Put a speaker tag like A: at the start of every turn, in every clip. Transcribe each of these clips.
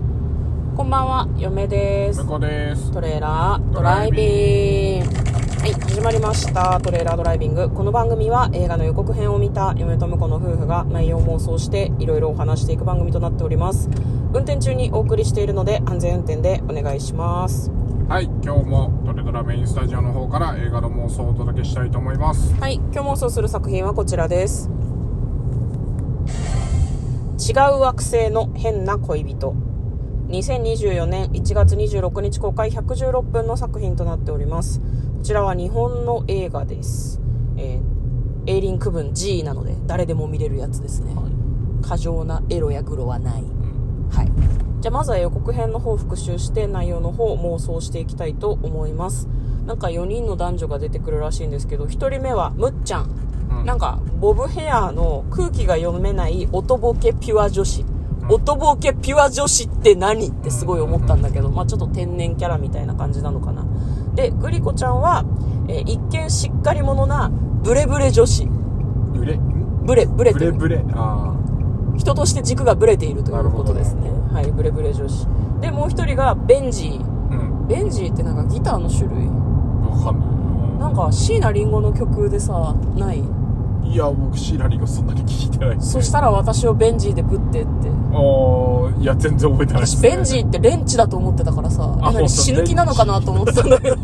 A: こんばんは、嫁です
B: 向。こうです
A: トレーラードライビング。はい、始まりました。トレーラードライビング。この番組は映画の予告編を見た嫁と婿の夫婦が内容妄想していろいろお話していく番組となっております。運転中にお送りしているので安全運転でお願いします。
B: はい今日もトレドラメインスタジオの方から映画の妄想をお届けしたいと思います
A: はい、今日妄想する作品はこちらです。違う惑星の変な恋人。2024年1月26日公開116分の作品となっております。こちらは日本の映画です。えー、エイリン区分 G なので誰でも見れるやつですね。過剰なエロやグロはない。
B: うん
A: はい、じゃあまずは予告編の方を復習して内容の方を妄想していきたいと思いますなんか4人の男女が出てくるらしいんですけど1人目はむっちゃん、
B: うん
A: なんかボブヘアーの空気が読めない音ボケピュア女子音ボケピュア女子って何ってすごい思ったんだけど、まあ、ちょっと天然キャラみたいな感じなのかなでグリコちゃんは、えー一見しっかり者なブレブレ女子
B: ブレん
A: ブレブレ
B: ブ
A: とい
B: レ
A: う
B: ブレあ
A: 人として軸がブレているということですねはいブレブレ女子でもう一人がベンジー
B: あうん
A: ベンジーってなんかギターの種類
B: わかん
A: な
B: なん
A: か椎名林檎の曲でさない
B: いいや僕シーラリーがそんなに聞いてないです
A: そしたら私をベンジーでぶってって
B: あーいや全然覚えてないです
A: 私
B: ね
A: ベンジーってレンチだと思ってたからさ
B: あ
A: え何
B: 本当
A: 死ぬ気なのかなと思ってたんだけど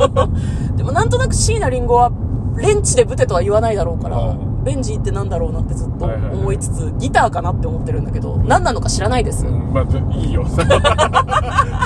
A: でもなんとなく椎名林檎はレンチでぶてとは言わないだろうから
B: うん
A: ベンジーってなんだろうなってずっと
B: はいはいはい
A: 思いつつギターかなって思ってるんだけど何なのか知らないです
B: うんまあいい よ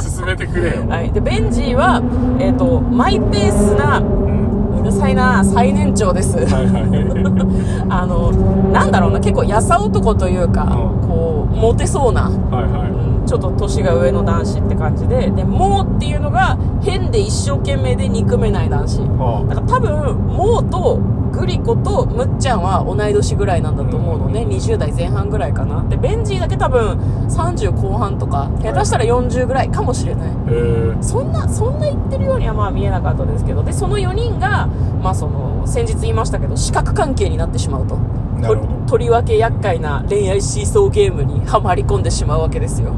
B: 進めてくれよ
A: はい、でベンジーは、えー、とマイペースな
B: うん
A: うるさいな最年長です
B: はいはいは
A: あのなんだろうな結構やさ男というか、
B: うん
A: こうモテそうな、
B: いはいはい
A: うんちょっと年が上の男子って感じでで「もう」っていうのが変で一生懸命で憎めない男子
B: あ
A: だから多分もうとグリコとむっちゃんは同い年ぐらいなんだと思うのね、
B: うん
A: 20代前半ぐらいかなでベンジーだけ多分30後半とか下手したら40ぐらいかもしれない
B: あへえ
A: そんなそんな言ってるようにはまあ見えなかったですけどでその4人が、まあ、その先日言いましたけど視覚関係になってしまうと
B: なるほど
A: ととりわけ厄介な恋愛シーソーゲームにはまり込んでしまうわけですよ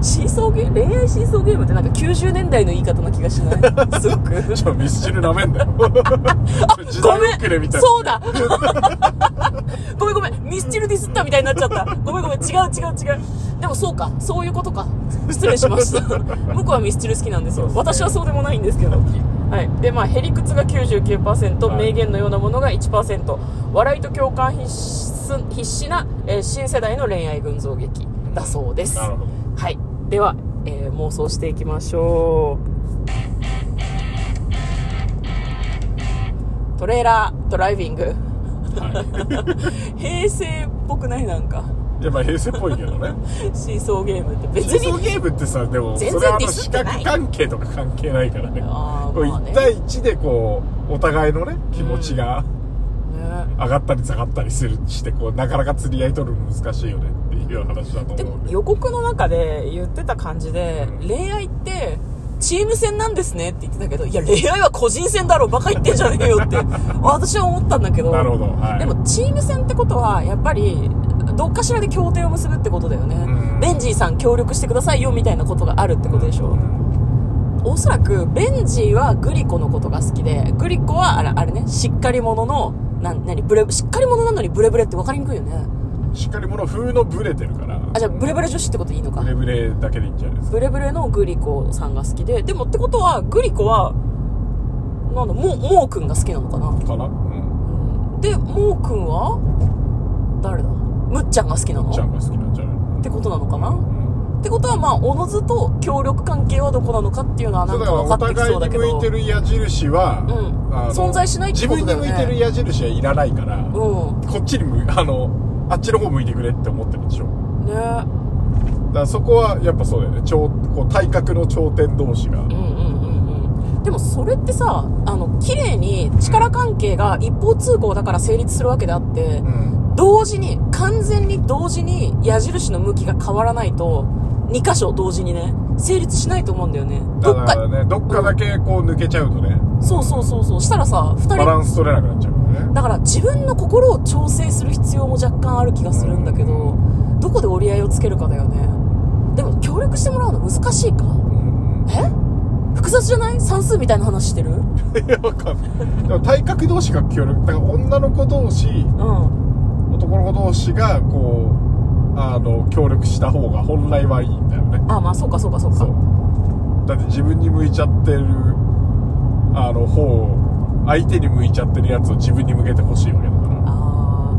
A: シーソーゲー恋愛シーソーゲームってなんか90年代の言い方な気がしない すごく
B: ちょミスチルなめんだよ時
A: ご
B: 代
A: め
B: 遅れみ
A: ん
B: たいな
A: そうだ ごめんごめんミスチルディスったみたいになっちゃったごめんごめん違う違う違うでもそうかそういうことか失礼しました 向こうはミスチル好きなんですよ
B: そうで
A: 私
B: すね
A: はそうでもないんですけどはいでまあへりくつが99%、
B: はい
A: 名言のようなものが1%笑いと共感必須必死な、えー新世代の恋愛群像劇だそうです
B: なるほど
A: はいでは、えー妄想していきましょうトレーラードライビング
B: は
A: 平成っぽくないなんか
B: いや まあ平成っぽいけどね
A: シーソーゲームって別
B: シーソー
A: に
B: ゲームってさでも
A: 全然
B: それはあ
A: ディ
B: の
A: スっ
B: 視
A: て
B: 覚
A: ない
B: 関係とか関係ないからね
A: あー
B: こう
A: まあね
B: 1対1でこうお互いのね気持ちが
A: ね
B: 上がったり下がったりするしてこうなかなか釣り合い取るの難しいよねっていうような話だと
A: で
B: 思うん
A: も
B: で
A: 予告の中で言ってた感じで
B: うん
A: 恋愛ってチーム戦なんですねって言ってたけどいや恋愛は個人戦だろバカ言ってんじゃねえよって私は思ったんだけど
B: なるほどはい
A: でもチーム戦ってことはやっぱりどっかしらで協定を結ぶってことだよね、
B: うん
A: ベンジーさん協力してくださいよみたいなことがあるってことでしょ、
B: うん
A: おそらくベンジーはグリコのことが好きでグリコはあれあれねしっかり者のなん何ブレしっかり者なのにブレブレって分かりにくいよね
B: しっかりもの風のブレてるから
A: あじゃあブレブレ女子ってことでいいのか
B: ブレブレだけでいいんじゃないですか
A: ブレブレのグリコさんが好きででもってことはグリコはなんだモモー君が好きなのかな
B: かなうん
A: でモー君は誰だむっちゃんが好きなの
B: ちゃん
A: っ
B: が好きなんじゃないの
A: てことなのかな
B: うん
A: ってことはまあおのずと協力関係はどこなのかっていうのはな
B: そうんだ
A: か
B: からお
A: 分かってき
B: 互
A: そ
B: いう
A: だ
B: に
A: け
B: 向
A: ど
B: いてる矢印は、
A: うん
B: あの
A: 存在しないってことだよね
B: 自分に向いてる矢印はいらないから、
A: うん
B: こっちに向いあのあっちの方向いてくれって思ってるでしょ
A: ね
B: だからそこはやっぱそうだよね頂こう体格の頂点同士が、
A: うんうんうんうんでもそれってさあの綺麗に力関係が一方通行だから成立するわけであって
B: うん
A: 同時に完全に同時に矢印の向きが変わらないと2箇所同時にね成立しないと思うんだよねど
B: だ
A: っ
B: か
A: か
B: らねどっかだけこう抜けちゃうとね
A: そうそうそうそうしたらさ2
B: バ
A: 人
B: ランス取れなくなっちゃうからね
A: だから自分の心を調整する必要も若干ある気がするんだけどどこで折り合いをつけるかだよねでも協力してもらうの難しいか
B: うん
A: え複雑じゃない算数みたいな話してるうん
B: いやわかん ないでも体格同士が協力だから女の子同士男の子同士がこうあの協力した方が本来はいいんだよね
A: あまあそうかそうかそうか
B: そうだって自分に向いちゃってるあの方を相手に向いちゃってるやつを自分に向けてほしいわけだから
A: あ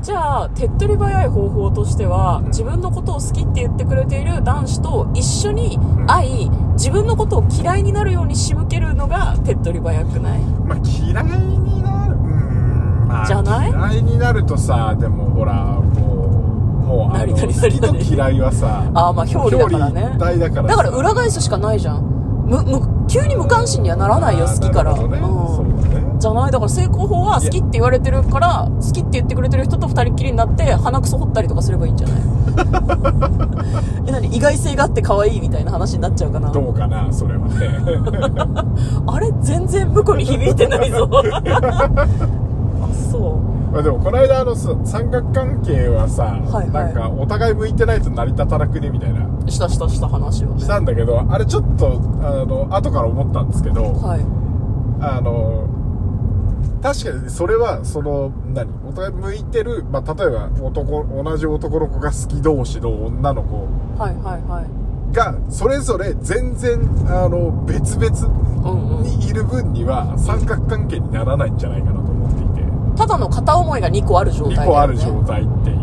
A: ーじゃあ手っ取り早い方法としては、
B: うん
A: 自分のことを好きって言ってくれている男子と一緒に
B: ん
A: 会い、自分のことを嫌いになるように仕向けるのが手っ取り早くない
B: まあ嫌いになるうーんまあ
A: じゃない
B: 嫌いになるとさでもほらもうもうあ
A: 何
B: の
A: 々
B: 好きと
A: 何々
B: 嫌いはさ
A: あーまあ表裏だからね
B: 表裏一体だから
A: だから
B: さ
A: 裏返すしかないじゃんむむ急に無関心にはならないよ
B: あー
A: 好きから、
B: なるほどね
A: うん
B: そうだね
A: じゃないだから成功法は好きって言われてるから好きって言ってくれてる人と二人っきりになって鼻くそ掘ったりとかすればいいん じゃないえ何意外性があって可愛いみたいな話になっちゃうかな
B: どうかなそれは ね
A: あれ全然向こうに響いてない ぞあそう
B: まあでもこの間あのさ三角関係はさ、
A: はい
B: なんかお互い向いてないと成り立たなくねみたいな
A: したしたした話をね
B: したんだけどあれちょっとあの後から思ったんですけど、
A: はい
B: あの確かにそれはその何お互い向いてる、まあ、例えば男同じ男の子が好き同士の女の子
A: はいはいはい
B: がそれぞれ全然あの別々
A: うんうん
B: にいる分には三角関係にならないんじゃないかなと思っていて
A: ただの片思いが2個ある状態だよ、
B: 2
A: ね、
B: 個ある状態っていう、
A: うん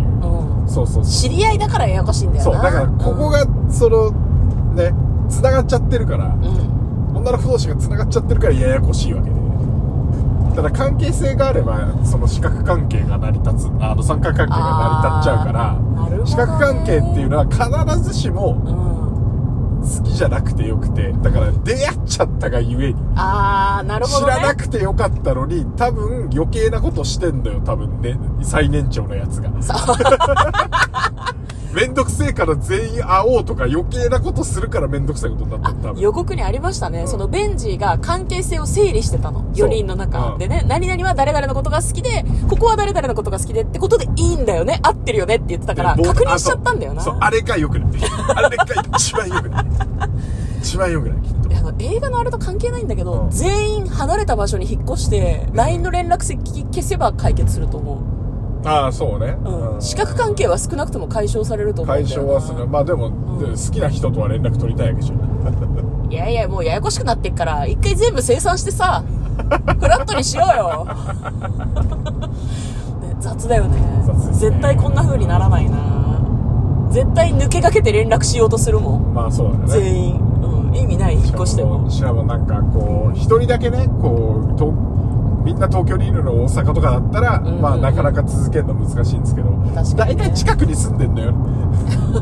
B: そうそうそう
A: 知り合いだからややこしいんだよ
B: そう
A: な
B: だからここがそのね繋がっちゃってるから
A: うん、うん
B: 女の子同士が繋がっちゃってるからややこしいわけでただ関係性があればその四角関係が成り立つあの三角関係が成り立っちゃうから
A: なるほど、ね、
B: 四角関係っていうのは必ずしも
A: うん
B: 好きじゃなくてよくてだから出会っちゃったがゆえに
A: ああなるほ
B: 知
A: ど、ね、
B: らなくてよかったのに多分余計なことしてんだよ多分ね最年長のやつが めんどくせえから全員会おうとか余計なことするからめんどくさいことになったの多分
A: 予告にありましたね、そのベンジーが関係性を整理してたの4人の中でね、何々は誰々のことが好きでここは誰々のことが好きでってことでいいんだよね合ってるよねって言ってたから
B: でぼ
A: 確認しちゃったんだよな
B: あそうそうあれがよくないあれが一番よくない一番よくないきっと
A: いやあの映画のあれと関係ないんだけど、
B: うん
A: 全員離れた場所に引っ越して LINE の連絡先消せば解決すると思
B: ああそうね、
A: う、うん、四角関係は少なくとも解消されると思うん
B: 解
A: だよ
B: 消
A: な
B: はするまあでも、で好きな人とは連絡取りたいわけじゃない
A: いやいやもうややこしくなってっから一回全部清算して さフラットにしようよ、ね雑だよね
B: 雑ですね
A: 絶対こんな風にならないな絶対抜けかけて連絡しようとするもん
B: まあそうだね
A: 全員、うん、意味ない引っ越しても
B: しかもなんかこう一人だけねこうとみんな東京にいるの大阪とかだったら、
A: んうん
B: まあなかなか続けるの難しいんですけど
A: 確かにね
B: 大体近くに住んでんだよ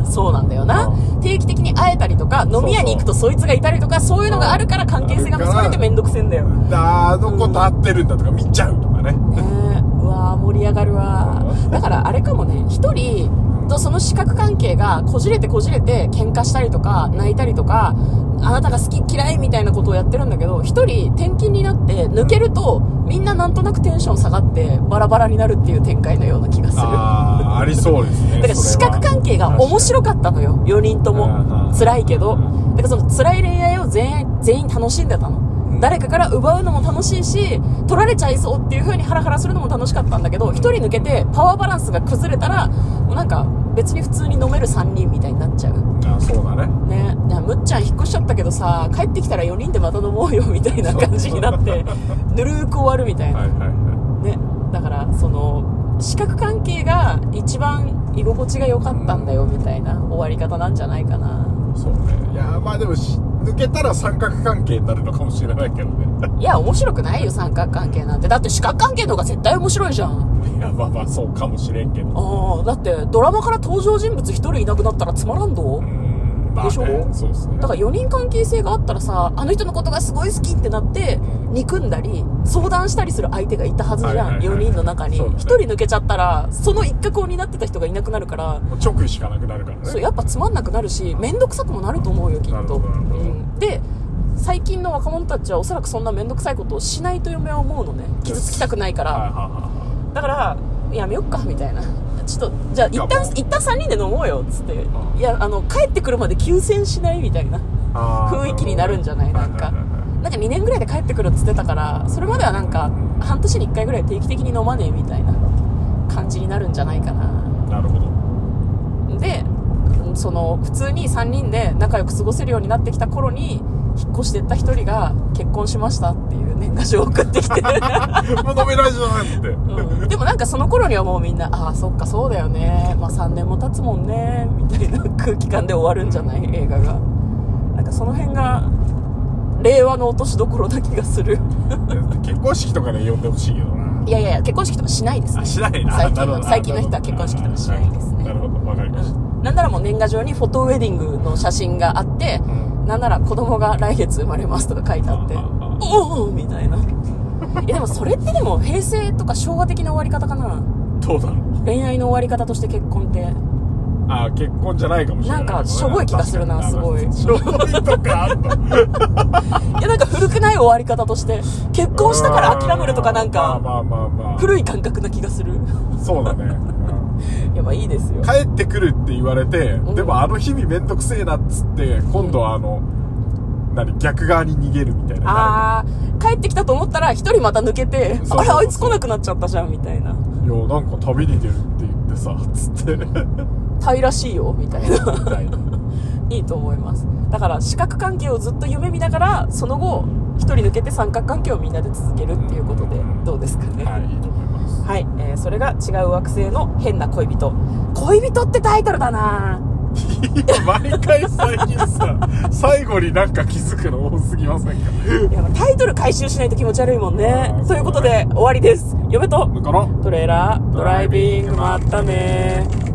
A: そうなんだよな
B: う
A: 定期的に会えたりとか飲み屋に行くとそいつがいたりとかそういうのがあるから関係性が結ばれてめんどくせえんだよ、ね
B: ああの子と会ってるんだとか見ちゃうとかね、
A: えうわー盛り上がるわーだからあれかもね一人とその視覚関係がこじれてこじれて喧嘩したりとか泣いたりとかあなたが好き嫌いみたいなことをやってるんだけど一人転勤になって抜けるとみんななんとなくテンション下がってバラバラになるっていう展開のような気がするだ
B: ああありそうですね
A: から視覚関係が面白かったのよ4人とも
B: うん
A: 辛いけど
B: う
A: だからその辛い恋愛を全員全員楽しんでたの
B: うん
A: 誰かから奪うのも楽しいし取られちゃいそうっていう風にハラハラするのも楽しかったんだけど1人抜けてパワーバランスが崩れたらもうなんか別に普通に飲める3人みたいになっちゃう
B: ああそうだね
A: ねいやむっちゃん引っ越しちゃったけどさ帰ってきたら4人でまた飲もうよみたいな感じにな ってぬるーく終わるみたいな、
B: はいはいは
A: ねだからその視覚関係が一番居心地が良かったんだよみたいな終わり方なんじゃないかない
B: そうねいやまあでもし抜けたら三角関係になるのかもしれないけどね
A: いや面白くないよ三角関係なんてだって視覚関係の方が絶対面白いじゃん
B: いやまあまあそうかもしれんけど
A: ああだってドラマから登場人物一人いなくなったらつまらんど
B: うんまあ、ね、
A: でしょ
B: そうですね
A: だから4人関係性があったらさあの人のことがすごい好きってなって
B: うん
A: 憎んだり相談したりする相手がいたはずじ
B: はいはい
A: ゃ
B: は
A: ん
B: い
A: 4人の中に
B: そうだ
A: 1
B: ね
A: 人抜けちゃったらその一角を担ってた人がいなくなるから
B: もう直位しかなくなるからね
A: そうやっぱつまんなくなるし面倒くさくもなると思うよきっ
B: なる
A: と、
B: ほどなるほど
A: うん、で最近の若者たちはおそらくそんな面倒くさいことをしないと嫁は思うのね傷つきたくないから
B: はいはいはいはい
A: だからやめよっかみたいなちょっとじゃあ
B: いや
A: 一旦
B: もう
A: 一旦3人で飲もうよっつって
B: ん
A: いやあの帰ってくるまで休戦しないみたいな
B: あー
A: 雰囲気になるんじゃない
B: はい
A: なんか
B: はいはいはい
A: なんか2年ぐらいで帰ってくるっつってたからそれまではなんか半年に1回ぐらい定期的に飲まねえみたいな感じになるんじゃないかな
B: なる ほど
A: でその普通に3人で仲良く過ごせるようになってきた頃に引っ越してった1人が結婚しましたっていう年賀状を送ってきて、
B: もう飲めないじゃないって、
A: うん、でもなんかその頃にはもうみんなああそっかそうだよねまあ3年も経つもんねみたいな空気感で終わるんじゃない映画がなんかその辺が令和の落としどころな気がする
B: 結婚式とかで呼んでほしいけどない
A: やいやいや結婚式とかしないですね
B: あしないな
A: 最近
B: な
A: は
B: るほど
A: 最近の人は結婚式とかしないですね
B: なるほどわかりました、
A: うんなんならもう年賀状にフォトウェディングの写真があって、なんなら子供が来月生まれますとか書いてあって、
B: あああ
A: おおみたいな。いやでもそれってでも平成とか昭和的な終わり方かな。
B: どうだろう
A: 恋愛の終わり方として結婚って。
B: あー結婚じゃないかもしれない
A: なんかしょぼい気がするなすごい
B: しょぼいとかあんの
A: いやなんか古くない終わり方として、結婚したから諦めるとかなんか、
B: まあまあまあ、まあ、
A: 古い感覚な気がする。
B: そうだね、うん
A: いやまあいいですよ。
B: 帰ってくるって言われて、
A: ん
B: でもあの日々めんどくせえなっつって今度はあの、何逆側に逃げるみたいな
A: あー、帰ってきたと思ったら一人また抜けて、
B: そうそうそう
A: あれあいつ来なくなっちゃったじゃんみたいな。
B: 「いやなんか旅に出る」って言ってさつって み
A: タイらしいよみたいな。
B: たいない
A: いと思いますだから視覚関係をずっと夢見ながらその後一人抜けて三角関係をみんなで続けるっていうことでどうですかね
B: はいいいと思います
A: はい、えーそれが違う惑星の変な恋人恋人ってタイトルだな
B: 毎回最近さ最後になんか気づくの多すぎま せんか
A: いやタイトル回収しないと気持ち悪いもんね
B: あー
A: ということで終わりです嫁と
B: だから
A: トレーラードライビングまったねー